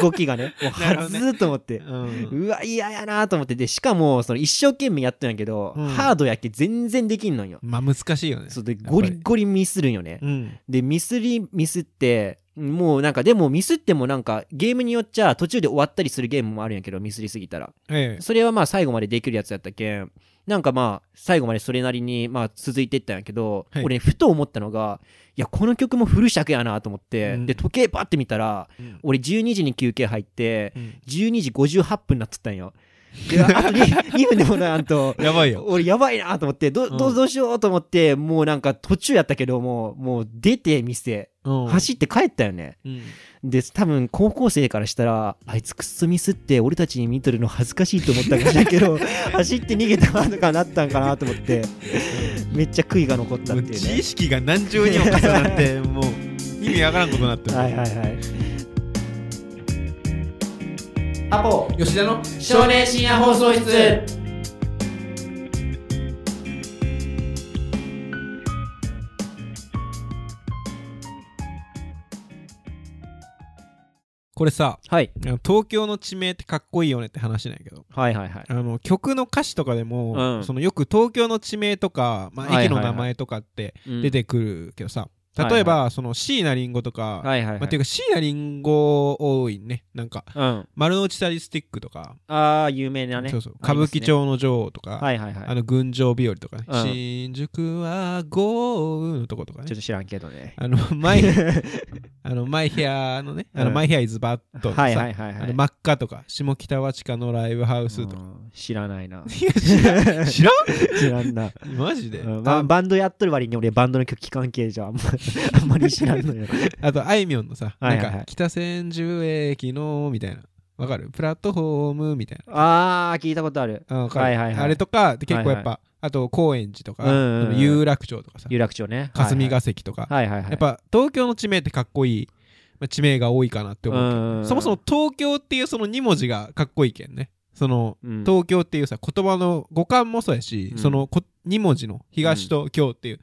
[SPEAKER 1] 動きがねもう
[SPEAKER 2] なるほ
[SPEAKER 1] は
[SPEAKER 2] どね
[SPEAKER 1] ずーと思って、
[SPEAKER 2] うん。
[SPEAKER 1] うわ嫌やなと思ってでしかもその一生懸命やってんやけど、
[SPEAKER 2] うん
[SPEAKER 1] ハードやけん全然できんのんよ、
[SPEAKER 2] まあ、難しいよね。
[SPEAKER 1] そうで
[SPEAKER 2] ぱり
[SPEAKER 1] ゴリゴリミスるんよね、
[SPEAKER 2] うん。
[SPEAKER 1] でミスりミスってもうなんかでもミスってもなんかゲームによっちゃ途中で終わったりするゲームもあるんやけどミスりすぎたら
[SPEAKER 2] ええ。
[SPEAKER 1] それはまあ最後までできるやつやったけんなんかまあ最後までそれなりにまあ続いてったんやけど、
[SPEAKER 2] はい
[SPEAKER 1] 俺ねふと思ったのがいやこの曲もフル尺やなと思って、
[SPEAKER 2] うん
[SPEAKER 1] で時計パッて見たら
[SPEAKER 2] うん
[SPEAKER 1] 俺12時に休憩入って
[SPEAKER 2] うん
[SPEAKER 1] 12時58分になっとったんよ。であと 2, 分でもなんと
[SPEAKER 2] やばいよ。
[SPEAKER 1] 俺やばいなと思ってどど
[SPEAKER 2] うん
[SPEAKER 1] うどうしようと思ってもうなんか途中やったけどもうもう出て店
[SPEAKER 2] うん
[SPEAKER 1] 走って帰ったよね。
[SPEAKER 2] うん。
[SPEAKER 1] で多分高校生からしたらあいつクソミスって俺たちに見とるの恥ずかしいと思ったかもしれんけ
[SPEAKER 2] <laughs>
[SPEAKER 1] ど走って逃げたとかなったんかなと思ってめっちゃ悔いが残ったっ
[SPEAKER 2] も
[SPEAKER 1] てい
[SPEAKER 2] う
[SPEAKER 1] う
[SPEAKER 2] 自
[SPEAKER 1] ね
[SPEAKER 2] 意識が何重にも重な
[SPEAKER 1] <laughs>
[SPEAKER 2] って、もう意味わからんことになってる。
[SPEAKER 1] はいはいはいアポ
[SPEAKER 2] 吉田の
[SPEAKER 1] 少年深夜放送室
[SPEAKER 2] これさ、
[SPEAKER 1] はい
[SPEAKER 2] 東京の地名ってかっこいいよねって話なんやけど。
[SPEAKER 1] はいはいはい
[SPEAKER 2] あの曲の歌詞とかで
[SPEAKER 1] う
[SPEAKER 2] も、
[SPEAKER 1] ん
[SPEAKER 2] そのよく東京の地名とか、まあ、
[SPEAKER 1] はい
[SPEAKER 2] 駅
[SPEAKER 1] はいは
[SPEAKER 2] の
[SPEAKER 1] い
[SPEAKER 2] 名前とかって
[SPEAKER 1] 出
[SPEAKER 2] 出てくるけどさ、
[SPEAKER 1] はいはい
[SPEAKER 2] 例えば、その椎名林檎とか、
[SPEAKER 1] はいはい
[SPEAKER 2] ま
[SPEAKER 1] は
[SPEAKER 2] あ、って
[SPEAKER 1] い
[SPEAKER 2] い
[SPEAKER 1] う
[SPEAKER 2] か椎名林檎多いねなんか
[SPEAKER 1] うん
[SPEAKER 2] 丸の内サディスティックとか、
[SPEAKER 1] ああ有名なね
[SPEAKER 2] そうそう
[SPEAKER 1] あ
[SPEAKER 2] 歌
[SPEAKER 1] り
[SPEAKER 2] 舞
[SPEAKER 1] ますね
[SPEAKER 2] 伎町の女王とか、
[SPEAKER 1] はいはいはい
[SPEAKER 2] あの群青日和とか、ね
[SPEAKER 1] うん
[SPEAKER 2] 新宿は豪雨のとこと
[SPEAKER 1] ちょ
[SPEAKER 2] か
[SPEAKER 1] っ
[SPEAKER 2] ね
[SPEAKER 1] と知らんけどね <laughs>
[SPEAKER 2] あのマイあのマイヘアのね、あ
[SPEAKER 1] う
[SPEAKER 2] の
[SPEAKER 1] ん
[SPEAKER 2] マイヘアイズバットとかさ、
[SPEAKER 1] <laughs> はいはいはいは
[SPEAKER 2] あの
[SPEAKER 1] い
[SPEAKER 2] 真っ赤とか下北は地下のライブハウスとか、
[SPEAKER 1] うん知らないな
[SPEAKER 2] いや知らん知らん
[SPEAKER 1] 知らんな
[SPEAKER 2] マジで、
[SPEAKER 1] うん
[SPEAKER 2] あ
[SPEAKER 1] ババンドやっとる割に俺バンドの曲聞かん系じ <laughs> ゃんあんまあんまり知らんのよ
[SPEAKER 2] あとあいみょんのさ、
[SPEAKER 1] はいはいはい
[SPEAKER 2] なんか北千住駅のみたいなわかるプラットホームみたいな
[SPEAKER 1] あー聞いたことある
[SPEAKER 2] あわかる
[SPEAKER 1] はいはいはい
[SPEAKER 2] あれとかで結構やっぱ、
[SPEAKER 1] はい
[SPEAKER 2] あと高円寺とか、
[SPEAKER 1] うんうんうん
[SPEAKER 2] 有楽町とかさ
[SPEAKER 1] 有楽町ね
[SPEAKER 2] 霞が関とか、
[SPEAKER 1] はいはいはい
[SPEAKER 2] やっぱ東京の地名ってかっこいい、まあ、地名が多いかなって思うけど、
[SPEAKER 1] うんうん
[SPEAKER 2] そもそも東京っていうその2文字がかっこいいけんねその
[SPEAKER 1] うん
[SPEAKER 2] 東京っていうさ言葉の語感もそうやし、
[SPEAKER 1] うん
[SPEAKER 2] その2文字の東と京っていう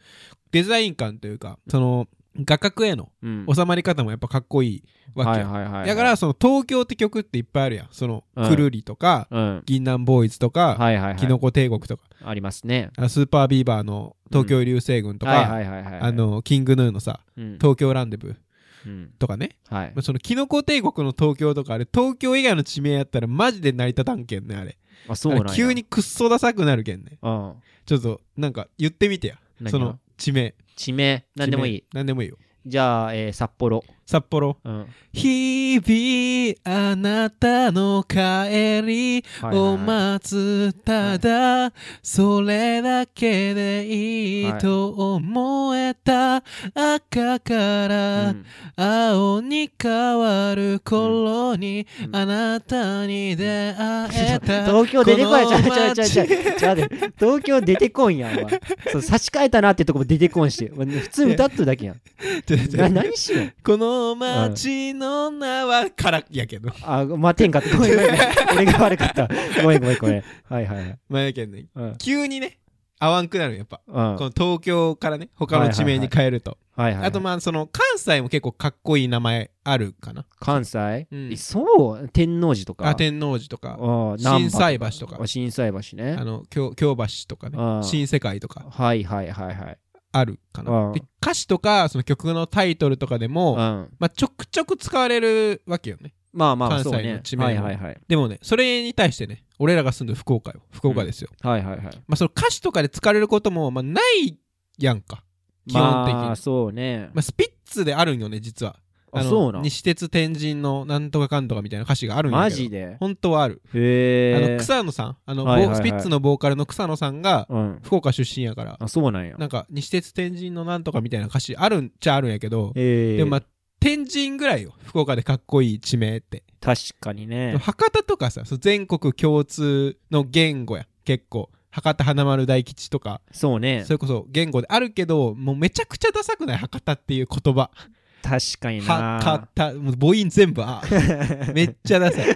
[SPEAKER 2] デザイン感というかその画角への
[SPEAKER 1] うん
[SPEAKER 2] 収まり方もやっぱかっこいいわけよ、
[SPEAKER 1] はいはいはいはい
[SPEAKER 2] だからその東京って曲っていっぱいあるやんそのくるりとか、
[SPEAKER 1] うん
[SPEAKER 2] 銀杏ボーイズとか、
[SPEAKER 1] はいはいはい
[SPEAKER 2] きのこ帝国とか
[SPEAKER 1] ありますね
[SPEAKER 2] あスーパービーバーの東京流星群とか、
[SPEAKER 1] はいはいはいはい
[SPEAKER 2] あのキングヌーのさ
[SPEAKER 1] うん
[SPEAKER 2] 東京ランデブー
[SPEAKER 1] うん
[SPEAKER 2] とかね、
[SPEAKER 1] はい
[SPEAKER 2] まあそのきのこ帝国の東京とかあれ東京以外の地名やったらマジで成り立たんけんねあれ
[SPEAKER 1] あそうなん
[SPEAKER 2] あ
[SPEAKER 1] や
[SPEAKER 2] れ急にくっそダサくなるけんね
[SPEAKER 1] うん
[SPEAKER 2] ちょっとなんか言ってみてや
[SPEAKER 1] 何が
[SPEAKER 2] その地名
[SPEAKER 1] 地名何でもい
[SPEAKER 2] 地名
[SPEAKER 1] い
[SPEAKER 2] 何でもいいよ
[SPEAKER 1] じゃあえー札幌
[SPEAKER 2] 札幌
[SPEAKER 1] うん。
[SPEAKER 2] 日々あなたの帰り
[SPEAKER 1] はいはい
[SPEAKER 2] を待つただそれだけでいい
[SPEAKER 1] はい
[SPEAKER 2] と思えた赤から
[SPEAKER 1] うん
[SPEAKER 2] 青に変わる頃に
[SPEAKER 1] うん
[SPEAKER 2] あなたに出 <laughs> 会えた
[SPEAKER 1] 東京出てこい
[SPEAKER 2] こ
[SPEAKER 1] ち
[SPEAKER 2] の
[SPEAKER 1] ゃうちゃうちゃうちゃうちゃう待って東京出てこんやんお前そう差し替えたなってとこも出てこんしお前普通歌っとるだけやんな何しよう
[SPEAKER 2] この街の名はからやけど
[SPEAKER 1] あまあ天下ってごめんごめん
[SPEAKER 2] <laughs>
[SPEAKER 1] ごめん俺が悪かったごめんごめんごめんはいはいはい
[SPEAKER 2] まあやけんね
[SPEAKER 1] うん
[SPEAKER 2] 急にね合わんくなるんやっぱ
[SPEAKER 1] うん
[SPEAKER 2] この東京からね他の地名に変えると、
[SPEAKER 1] はいはい
[SPEAKER 2] あとまあその関西も結構かっこいい名前あるかな
[SPEAKER 1] 関西
[SPEAKER 2] うん
[SPEAKER 1] えそう天王寺とか
[SPEAKER 2] あ天王寺とか
[SPEAKER 1] うん難波
[SPEAKER 2] 心斎橋とか
[SPEAKER 1] あ心斎橋ね
[SPEAKER 2] あの京京橋とか
[SPEAKER 1] あ
[SPEAKER 2] ね
[SPEAKER 1] あ
[SPEAKER 2] 新世界とか
[SPEAKER 1] はいはいはいはい
[SPEAKER 2] あるか
[SPEAKER 1] あ
[SPEAKER 2] な
[SPEAKER 1] あ
[SPEAKER 2] で歌詞とかその曲のタイトルとかで
[SPEAKER 1] う
[SPEAKER 2] も、
[SPEAKER 1] ん
[SPEAKER 2] まあ、ちょくちょく使われるわけよね
[SPEAKER 1] まあまあ
[SPEAKER 2] 関西
[SPEAKER 1] そう
[SPEAKER 2] の
[SPEAKER 1] ね
[SPEAKER 2] 地名
[SPEAKER 1] はいはいはい
[SPEAKER 2] でもねそれに対してね俺らが住んでる福岡よ福岡ですよ、
[SPEAKER 1] はいはいはい
[SPEAKER 2] まあその歌詞とかで使われることもまあないやんか基本的に、
[SPEAKER 1] まあそうね
[SPEAKER 2] まあ、スピッツであるんよね実は
[SPEAKER 1] あ
[SPEAKER 2] の
[SPEAKER 1] そうなん
[SPEAKER 2] 西鉄天神のなんとかかんとかみたいな歌詞があるんや
[SPEAKER 1] マ
[SPEAKER 2] けど
[SPEAKER 1] ジで
[SPEAKER 2] 本当はある、あ
[SPEAKER 1] へ
[SPEAKER 2] の
[SPEAKER 1] え
[SPEAKER 2] 草野さんあの、
[SPEAKER 1] はいはいはい
[SPEAKER 2] ボースピッツのボーカルの草野さんが
[SPEAKER 1] うん
[SPEAKER 2] 福岡出身やから
[SPEAKER 1] あそうなんや
[SPEAKER 2] なんか西鉄天神のなんとかみたいな歌詞あるんちゃあるんやけど、
[SPEAKER 1] ええ
[SPEAKER 2] でもまあ天神ぐらいよ福岡でかっこいい地名って、
[SPEAKER 1] 確かにね
[SPEAKER 2] 博多とかさそう全国共通の言語や結構博多華丸大吉とか、
[SPEAKER 1] そうね
[SPEAKER 2] それこそ言語であるけどもうめちゃくちゃダサくない博多っていう言葉
[SPEAKER 1] 確かにな
[SPEAKER 2] 博多もう母音全
[SPEAKER 1] <laughs>
[SPEAKER 2] 部あめっちゃダサい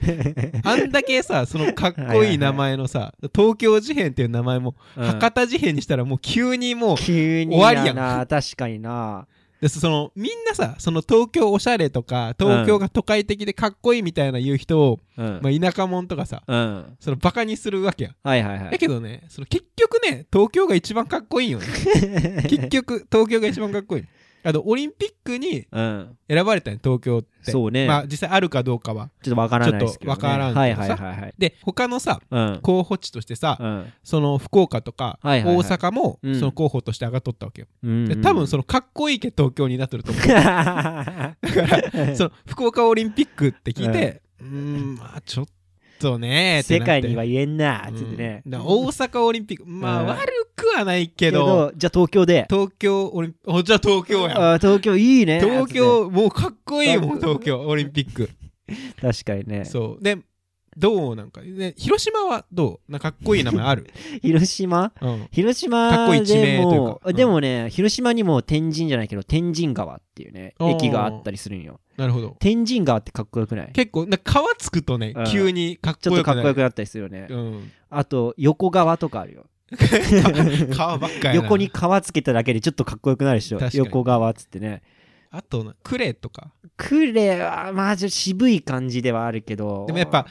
[SPEAKER 2] あんだけさ、そのかっこいい名前のさ、東京事変っていう名前も、
[SPEAKER 1] うん
[SPEAKER 2] 博多事変にしたらもう急にもう
[SPEAKER 1] 急に
[SPEAKER 2] 終わりやん
[SPEAKER 1] な確かにな
[SPEAKER 2] で、その、みんなさ、その東京おしゃれとか、東京が都会的でかっこいいみたいな言う人を、
[SPEAKER 1] うん
[SPEAKER 2] まあ、田舎者とかさ、
[SPEAKER 1] うん
[SPEAKER 2] そのバカにするわけや。
[SPEAKER 1] はいはいは
[SPEAKER 2] だ
[SPEAKER 1] い
[SPEAKER 2] けどね、その結局ね、東京が一番かっこいいんよね。
[SPEAKER 1] <laughs>
[SPEAKER 2] 結局、東京が一番かっこいい。あの、オリンピックに
[SPEAKER 1] うん
[SPEAKER 2] 選ばれたね、東京って。
[SPEAKER 1] そうね
[SPEAKER 2] まあ、実際あるかどうかは。
[SPEAKER 1] ちょっとわからないですけどね
[SPEAKER 2] ちょっとわからんけどさ
[SPEAKER 1] はいはいはいはい
[SPEAKER 2] で、他のさ、
[SPEAKER 1] うん
[SPEAKER 2] 候補地としてさ、
[SPEAKER 1] うん
[SPEAKER 2] その福岡とか
[SPEAKER 1] はい
[SPEAKER 2] 大
[SPEAKER 1] はいはい
[SPEAKER 2] 阪もそ
[SPEAKER 1] うん
[SPEAKER 2] の候補として上がっとったわけよ。
[SPEAKER 1] うん
[SPEAKER 2] で
[SPEAKER 1] <laughs>
[SPEAKER 2] 多分そのかっこいいけ東京になってると思う。
[SPEAKER 1] だ <laughs>
[SPEAKER 2] その福岡オリンピックって聞いて、うーん、まあちょっとねーって
[SPEAKER 1] 世
[SPEAKER 2] なって
[SPEAKER 1] 界には言えんなつってね
[SPEAKER 2] うんだから大阪オリンピック、まあ
[SPEAKER 1] うん
[SPEAKER 2] 悪くはないけど、
[SPEAKER 1] じゃあ東京で
[SPEAKER 2] 東京オリンピック、おじゃあ東京やん。
[SPEAKER 1] あ東京いいね
[SPEAKER 2] 東京、もうかっこいいもん、
[SPEAKER 1] かっ
[SPEAKER 2] 東京オリンピック。
[SPEAKER 1] つって確かにね
[SPEAKER 2] そう。で、どうなんか、ね、広島はどうなんかかっこいい名前
[SPEAKER 1] <laughs>
[SPEAKER 2] ある。
[SPEAKER 1] 広島
[SPEAKER 2] うん、
[SPEAKER 1] 広
[SPEAKER 2] かっ
[SPEAKER 1] 島
[SPEAKER 2] こいい地名
[SPEAKER 1] で
[SPEAKER 2] という
[SPEAKER 1] も
[SPEAKER 2] かうん
[SPEAKER 1] でもね広島にも天神じゃないけど天神川っていうね
[SPEAKER 2] おー
[SPEAKER 1] 駅があったりするんよ
[SPEAKER 2] なるほど。
[SPEAKER 1] 天神川ってかっこよくない
[SPEAKER 2] 結構、なんか川つくとね
[SPEAKER 1] うん、
[SPEAKER 2] 急にかっ
[SPEAKER 1] ちょっ
[SPEAKER 2] こ
[SPEAKER 1] と
[SPEAKER 2] よく
[SPEAKER 1] か
[SPEAKER 2] な
[SPEAKER 1] っ
[SPEAKER 2] る
[SPEAKER 1] こよくなったりするよね
[SPEAKER 2] うん、
[SPEAKER 1] あと横川とかあるよ
[SPEAKER 2] <laughs> 川ばっかやな
[SPEAKER 1] 横に川つけただけでちょっとかっこよくなるでしょ
[SPEAKER 2] 確かに
[SPEAKER 1] 横川っつってね
[SPEAKER 2] あとなクレとか
[SPEAKER 1] クレはまあちょっと渋い感じではあるけど
[SPEAKER 2] でもやっぱ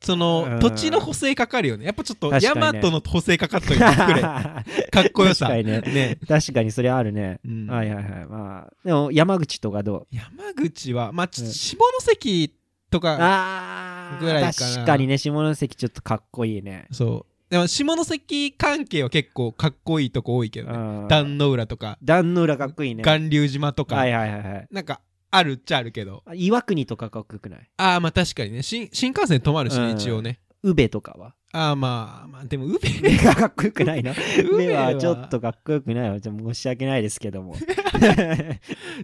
[SPEAKER 2] そ
[SPEAKER 1] うん
[SPEAKER 2] の土地の補正かかるよねやっぱちょっと
[SPEAKER 1] 確
[SPEAKER 2] 大
[SPEAKER 1] か
[SPEAKER 2] 和
[SPEAKER 1] にね
[SPEAKER 2] の補正かかっとるよ
[SPEAKER 1] <laughs>
[SPEAKER 2] ねクレかっこよさ
[SPEAKER 1] 確かにね確かにそれあるね、
[SPEAKER 2] うん
[SPEAKER 1] はいはいはいまあでも山口とかどう
[SPEAKER 2] 山口はまあち
[SPEAKER 1] うん
[SPEAKER 2] 下関とか
[SPEAKER 1] あー
[SPEAKER 2] ぐらいかな
[SPEAKER 1] 確かにね下関ちょっとかっこいいね
[SPEAKER 2] そうでも下関関係は結構かっこいいとこ多いけどね
[SPEAKER 1] うん
[SPEAKER 2] 壇ノ浦とか
[SPEAKER 1] 壇の浦かっこいいね
[SPEAKER 2] 巌流島と
[SPEAKER 1] は
[SPEAKER 2] か
[SPEAKER 1] いはいはいはい
[SPEAKER 2] なんかあるっちゃあるけど
[SPEAKER 1] あ岩国とかかっこよくない
[SPEAKER 2] ああまあ確かにね新新幹線止まるしね
[SPEAKER 1] うん
[SPEAKER 2] 一応ね
[SPEAKER 1] 宇部とか
[SPEAKER 2] <laughs>
[SPEAKER 1] は
[SPEAKER 2] ああまあまあでも宇部
[SPEAKER 1] <laughs> 目がかっこよく
[SPEAKER 2] <laughs>
[SPEAKER 1] ないな
[SPEAKER 2] 部は
[SPEAKER 1] 目はちょっとかっこよくないわじゃあ申し訳ないですけ
[SPEAKER 2] <laughs>
[SPEAKER 1] ども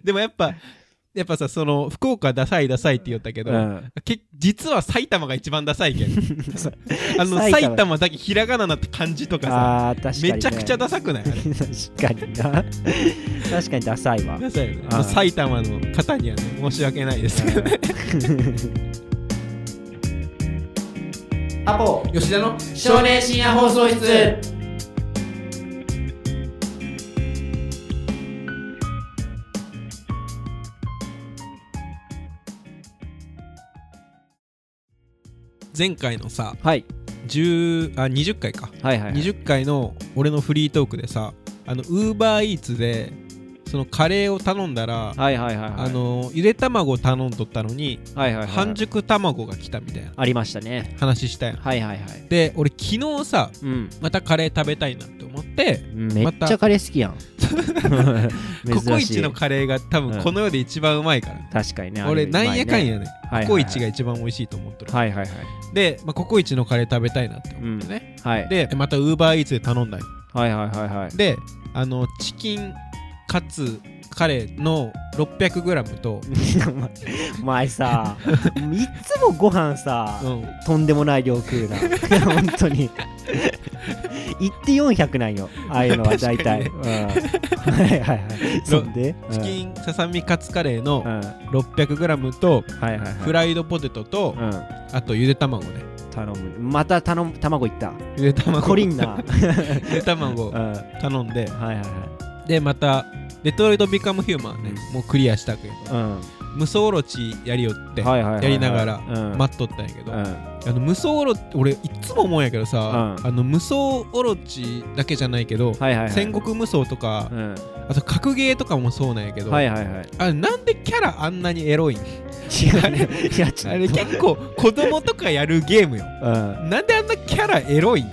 [SPEAKER 2] でもやっぱ、やっぱさ、その、福岡ダサいダサいって言ったけ <laughs> ど、
[SPEAKER 1] うん
[SPEAKER 2] け実は埼玉が一番ダサい
[SPEAKER 1] <laughs>
[SPEAKER 2] けどあの
[SPEAKER 1] 埼玉
[SPEAKER 2] 埼玉だけひらがななって感じとかさ、
[SPEAKER 1] あー確かに、ね、
[SPEAKER 2] めちゃくちゃダサくないあれ
[SPEAKER 1] 確かにな確かにダサいわ
[SPEAKER 2] ダサいよね
[SPEAKER 1] あー
[SPEAKER 2] まあ埼玉の方にはね申し訳ないですけどね
[SPEAKER 1] アポ
[SPEAKER 2] <laughs> 吉田の
[SPEAKER 1] 少年深夜放送室
[SPEAKER 2] 前回のさ
[SPEAKER 1] はい
[SPEAKER 2] 10あ20回か、
[SPEAKER 1] はいはい、はい、
[SPEAKER 2] 20回の俺のフリートークでさあのウーバーイーツでそのカレーを頼んだら、
[SPEAKER 1] はいはいはいはい
[SPEAKER 2] あのゆで卵頼んとったのに、
[SPEAKER 1] はいはいはい
[SPEAKER 2] 半熟卵が来たみたいな
[SPEAKER 1] ありましたね
[SPEAKER 2] 話したやん
[SPEAKER 1] はいはいはい
[SPEAKER 2] で俺昨日さ
[SPEAKER 1] うん
[SPEAKER 2] またカレー食べたいなって思って
[SPEAKER 1] めっちゃカレー好きやん
[SPEAKER 2] <laughs> ココ
[SPEAKER 1] 珍
[SPEAKER 2] イ
[SPEAKER 1] し
[SPEAKER 2] チ
[SPEAKER 1] い
[SPEAKER 2] のカレーが多分この世で一番うまいから、
[SPEAKER 1] 確かにね
[SPEAKER 2] 俺
[SPEAKER 1] あれう
[SPEAKER 2] な
[SPEAKER 1] ま
[SPEAKER 2] ん
[SPEAKER 1] いね
[SPEAKER 2] やかんやね、
[SPEAKER 1] はいはいはい
[SPEAKER 2] ココイチが一番美味しいと思ってる、
[SPEAKER 1] はいはいはい
[SPEAKER 2] で、まあ、ココイチのカレー食べたいなって思ってね、
[SPEAKER 1] はい
[SPEAKER 2] でまたウーバーイーツで頼んだり
[SPEAKER 1] はいはいはいはい <laughs>
[SPEAKER 2] であのチキンカツカレーの 600g と、
[SPEAKER 1] お前さいつもご飯さ、
[SPEAKER 2] うん、
[SPEAKER 1] とんでもない量食うな <laughs> 本当に行って400なんよああいうのは大体、うん、はいはいはいそんで
[SPEAKER 2] チキンささみカツカレー
[SPEAKER 1] う
[SPEAKER 2] の
[SPEAKER 1] ん、うん、はい
[SPEAKER 2] 600g と
[SPEAKER 1] はいはい
[SPEAKER 2] フライドポテトと
[SPEAKER 1] うん
[SPEAKER 2] あとゆで卵ね
[SPEAKER 1] 頼むまた頼む卵いった
[SPEAKER 2] ゆで卵
[SPEAKER 1] コ <laughs> リンナ
[SPEAKER 2] ゆで
[SPEAKER 1] うん
[SPEAKER 2] 卵
[SPEAKER 1] はい
[SPEAKER 2] 頼んで
[SPEAKER 1] はいはい
[SPEAKER 2] でまたデトロイトビカムヒューマンね
[SPEAKER 1] う
[SPEAKER 2] もうクリアしたけど
[SPEAKER 1] うん
[SPEAKER 2] 無双オロチやりよって
[SPEAKER 1] はいはいはいはい
[SPEAKER 2] やりながら
[SPEAKER 1] うん
[SPEAKER 2] 待っとったんやけど
[SPEAKER 1] う
[SPEAKER 2] あ
[SPEAKER 1] ん
[SPEAKER 2] の無双オロ俺いつも思うんやけどさ
[SPEAKER 1] うん
[SPEAKER 2] あの無双オロチだけじゃないけど
[SPEAKER 1] はいはいはい
[SPEAKER 2] 戦国無双とか
[SPEAKER 1] うん
[SPEAKER 2] あと格ゲーとかもそうなんやけど
[SPEAKER 1] はいはい
[SPEAKER 2] <laughs>
[SPEAKER 1] はい
[SPEAKER 2] あれなんでキャラあんなにエ
[SPEAKER 1] <laughs>
[SPEAKER 2] ロいん
[SPEAKER 1] 違うねいやち
[SPEAKER 2] あ
[SPEAKER 1] ょ
[SPEAKER 2] れ
[SPEAKER 1] っと
[SPEAKER 2] 結構子供とかやるゲームよ
[SPEAKER 1] うん
[SPEAKER 2] なんであんなキャラエロいん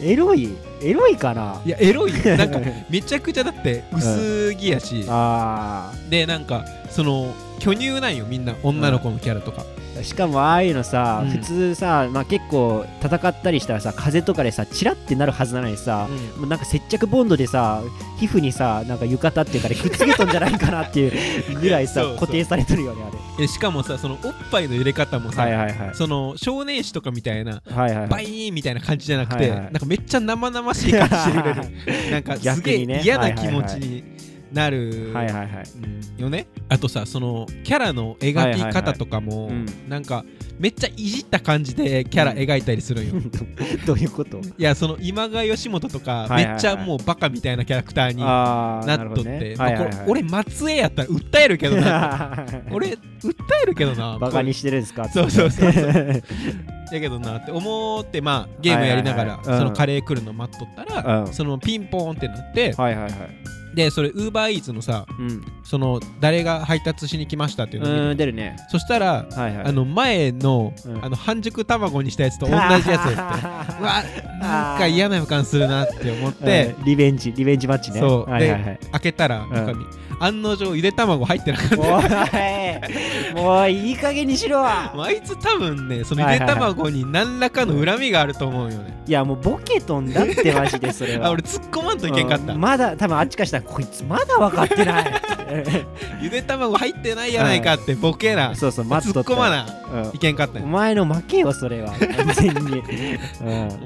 [SPEAKER 1] エロいエロいかない
[SPEAKER 2] やエロい
[SPEAKER 1] <laughs>
[SPEAKER 2] よなんかめちゃくちゃだって薄着やし、
[SPEAKER 1] あ
[SPEAKER 2] でなんかその巨乳なんよみんな女の子のキャラとか、
[SPEAKER 1] ーしかもああいうのさ、
[SPEAKER 2] うん
[SPEAKER 1] 普通さ、まあ、結構戦ったりしたらさ風とかでさチラってなるはずなのにさ、もうなんか接着ボンドでさ皮膚にさなんか浴衣っていうかねくっつけとんじゃないかなって
[SPEAKER 2] <laughs>
[SPEAKER 1] いうぐらいさ
[SPEAKER 2] そうそう
[SPEAKER 1] 固定されてるよねあれ
[SPEAKER 2] えしかもさそのおっぱいの揺れ方もさ、
[SPEAKER 1] はいはいはい
[SPEAKER 2] その少年誌とかみたいな
[SPEAKER 1] はいはいは
[SPEAKER 2] バ
[SPEAKER 1] い
[SPEAKER 2] イーンみたいな感じじゃなくて、
[SPEAKER 1] はいはい
[SPEAKER 2] なんかめっちゃ生々しい感じしてく
[SPEAKER 1] <laughs>
[SPEAKER 2] れるなんかすげ
[SPEAKER 1] 逆にね
[SPEAKER 2] え嫌な気持ちになる、
[SPEAKER 1] はいはいはい
[SPEAKER 2] うんよねあとさそのキャラの描き方とか
[SPEAKER 1] はい
[SPEAKER 2] も、
[SPEAKER 1] はいはい
[SPEAKER 2] なんかめっちゃいじった感じでキャラ描いたりする
[SPEAKER 1] <laughs>
[SPEAKER 2] んよ、
[SPEAKER 1] どういうこと
[SPEAKER 2] いやその今川義元とか、
[SPEAKER 1] いはいはい
[SPEAKER 2] めっちゃもうバカみたいなキャラクターにな
[SPEAKER 1] ああ
[SPEAKER 2] っとって、まあ
[SPEAKER 1] はいはい
[SPEAKER 2] こ
[SPEAKER 1] はい
[SPEAKER 2] れ俺松江やったら訴えるけど
[SPEAKER 1] <laughs>
[SPEAKER 2] な俺訴えるけどな
[SPEAKER 1] バカに
[SPEAKER 2] こ
[SPEAKER 1] してるんですか
[SPEAKER 2] そうそうそうそう
[SPEAKER 1] う
[SPEAKER 2] れやけどなって思ってまあゲームやりながら、
[SPEAKER 1] はいはいはいうん
[SPEAKER 2] そのカレー来るの待っとったら、
[SPEAKER 1] うん
[SPEAKER 2] そのピンポーンってなって
[SPEAKER 1] はいはいはい
[SPEAKER 2] でそれウーバーイーツのさ
[SPEAKER 1] うん
[SPEAKER 2] その誰が配達しに来ましたっていうのを見る
[SPEAKER 1] うん出るね
[SPEAKER 2] そした
[SPEAKER 1] は
[SPEAKER 2] ら
[SPEAKER 1] いはい
[SPEAKER 2] あの前の,、
[SPEAKER 1] うん
[SPEAKER 2] あの半熟卵にしたやつと同じやつや
[SPEAKER 1] <laughs>
[SPEAKER 2] ってうわなんか嫌な予感するなって思って、
[SPEAKER 1] うんリベンジリベンジマッチね
[SPEAKER 2] そう
[SPEAKER 1] はいはいはい
[SPEAKER 2] 開けたら中身、案の定ゆで卵入ってなかった
[SPEAKER 1] おいもういい加減にし
[SPEAKER 2] <laughs>
[SPEAKER 1] ろ
[SPEAKER 2] まああいつ多分ねそのゆで卵に何らかの恨みがあると思うよね、
[SPEAKER 1] いやもうボケとんだってマジでそれは
[SPEAKER 2] あ俺突っ込まんといけんかった、
[SPEAKER 1] うんまだ多分あっちからしたらこいつまだ分かって
[SPEAKER 2] <laughs>
[SPEAKER 1] ない
[SPEAKER 2] ゆで卵入ってないやないかってボケな、
[SPEAKER 1] そうそう待
[SPEAKER 2] 突
[SPEAKER 1] っと
[SPEAKER 2] っ
[SPEAKER 1] った
[SPEAKER 2] 込まな
[SPEAKER 1] うん
[SPEAKER 2] いけんかった
[SPEAKER 1] お
[SPEAKER 2] よ、
[SPEAKER 1] 前の負けよそれは完全に、うん、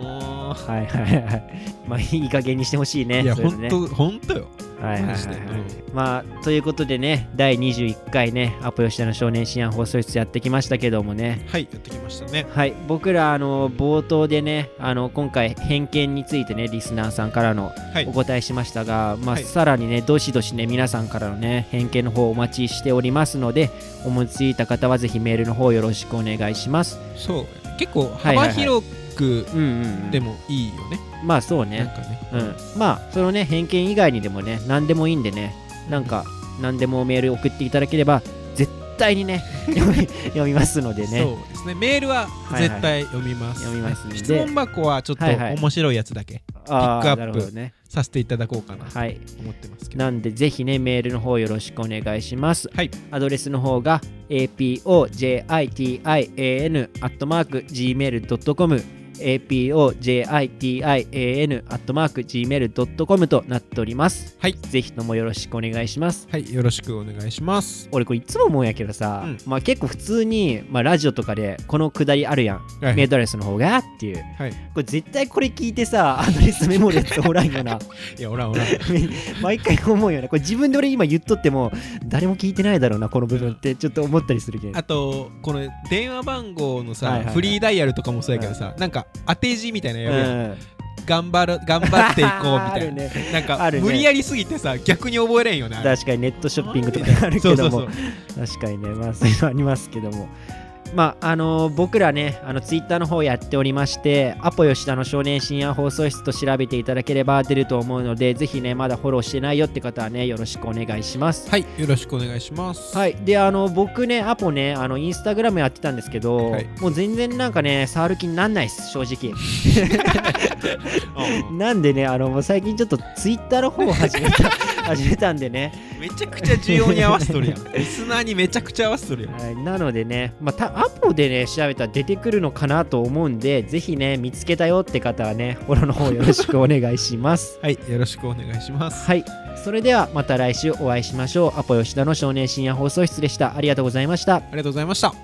[SPEAKER 2] も
[SPEAKER 1] はいはいはいまあいい加減にしてほしいうね
[SPEAKER 2] いや
[SPEAKER 1] それ
[SPEAKER 2] ほ
[SPEAKER 1] で
[SPEAKER 2] ん
[SPEAKER 1] ね
[SPEAKER 2] とほんとよ
[SPEAKER 1] はいはいは
[SPEAKER 2] マ
[SPEAKER 1] い
[SPEAKER 2] ジで
[SPEAKER 1] はい
[SPEAKER 2] うん
[SPEAKER 1] まあということでね第21回ねアポ吉田の少年新案放送室やってきましたけどもね
[SPEAKER 2] はいやってきましたね
[SPEAKER 1] はい、僕らあの冒頭でねあの今回偏見についてねリスナーさんからの
[SPEAKER 2] はい
[SPEAKER 1] お答えしましたが、まあ
[SPEAKER 2] はい
[SPEAKER 1] さらにねどしどしね皆さんからのね偏見の方お待ちしておりますので思いついた方はぜひメールの方よろしくお願いします
[SPEAKER 2] そう結構
[SPEAKER 1] はいはいは
[SPEAKER 2] 幅
[SPEAKER 1] い
[SPEAKER 2] 広く
[SPEAKER 1] うんうん
[SPEAKER 2] でもいいよね、
[SPEAKER 1] まあそう
[SPEAKER 2] な
[SPEAKER 1] ね
[SPEAKER 2] んかね
[SPEAKER 1] うんまあそのね偏見以外にでもね何でもいいんでねなんか何でもメール送っていただければ絶対に
[SPEAKER 2] <laughs>
[SPEAKER 1] ね読み読みますのでね
[SPEAKER 2] そうですねメールは絶対読みます、
[SPEAKER 1] はいはい読みますんで
[SPEAKER 2] 質問箱はちょっと
[SPEAKER 1] はいはい
[SPEAKER 2] 面白いやつだけ
[SPEAKER 1] あ
[SPEAKER 2] ピッ
[SPEAKER 1] あ
[SPEAKER 2] ク
[SPEAKER 1] な
[SPEAKER 2] アッ
[SPEAKER 1] る
[SPEAKER 2] プ
[SPEAKER 1] ほどね
[SPEAKER 2] させていただこうかなと
[SPEAKER 1] はい
[SPEAKER 2] 思ってますけど、
[SPEAKER 1] なんでぜひねメールの方よろしくお願いします。
[SPEAKER 2] はい
[SPEAKER 1] アドレスの方が apojitian.gmail.com apojitian.gmail.com となっております。
[SPEAKER 2] はい
[SPEAKER 1] ぜひともよろしくお願いします。
[SPEAKER 2] はいよろしくお願いします
[SPEAKER 1] 俺これいつも思うんやけどさ、
[SPEAKER 2] うん
[SPEAKER 1] まあ結構普通に、まあ、ラジオとかでこのくだりあるやん、
[SPEAKER 2] はい
[SPEAKER 1] メールアドレスの方がっていう
[SPEAKER 2] はい
[SPEAKER 1] これ絶対これ聞いてさアドレスメモるやつおらんよ
[SPEAKER 2] <laughs>
[SPEAKER 1] な
[SPEAKER 2] いやおらんおら
[SPEAKER 1] <laughs>
[SPEAKER 2] ん
[SPEAKER 1] 毎回思うよねこれ自分で俺今言っとっても誰も聞いてないだろうなこの部分ってちょっと思ったりするけど
[SPEAKER 2] あとこの電話番号のさ、
[SPEAKER 1] はいはいはい
[SPEAKER 2] フリーダイヤルとかもそうやけどさ、なんか当て字みたいなの
[SPEAKER 1] う
[SPEAKER 2] やるやん、
[SPEAKER 1] ん
[SPEAKER 2] 頑張る頑張っていこうみた
[SPEAKER 1] あ
[SPEAKER 2] い
[SPEAKER 1] る
[SPEAKER 2] な、
[SPEAKER 1] ね
[SPEAKER 2] なんか、
[SPEAKER 1] あるね
[SPEAKER 2] 無理やりすぎてさ逆に覚えれんよねあれ
[SPEAKER 1] 確かにネットショッピングとかあるけど
[SPEAKER 2] そう
[SPEAKER 1] も
[SPEAKER 2] そうそう
[SPEAKER 1] 確かにねまあそういうのありますけどもまああのー僕らねあのツイッターの方やっておりましてアポ吉田の少年深夜放送室と調べていただければ出ると思うのでぜひねまだフォローしてないよって方はねよろしくお願いします
[SPEAKER 2] はいよろしくお願いします
[SPEAKER 1] はい、であの僕ね、アポね、あのインスタグラムやってたんですけど、
[SPEAKER 2] はい
[SPEAKER 1] もう全然なんかね、触る気になんないです、正直。
[SPEAKER 2] うん
[SPEAKER 1] なんでね、あのもう最近ちょっとツイッターの方を始めた始めたんでね、
[SPEAKER 2] めちゃくちゃ需要に合わせとるやんリスナーにめちゃくちゃ合わせとるやん
[SPEAKER 1] はい、なのでね、まあ、たアポでね調べたら出てくるのかなと思うんでぜひね見つけたよって方はねフォローの方よろしくお願いします <laughs>
[SPEAKER 2] はいよろしくお願いします
[SPEAKER 1] はいそれではまた来週お会いしましょうアポ吉田の少年深夜放送室でしたありがとうございました
[SPEAKER 2] ありがとうございました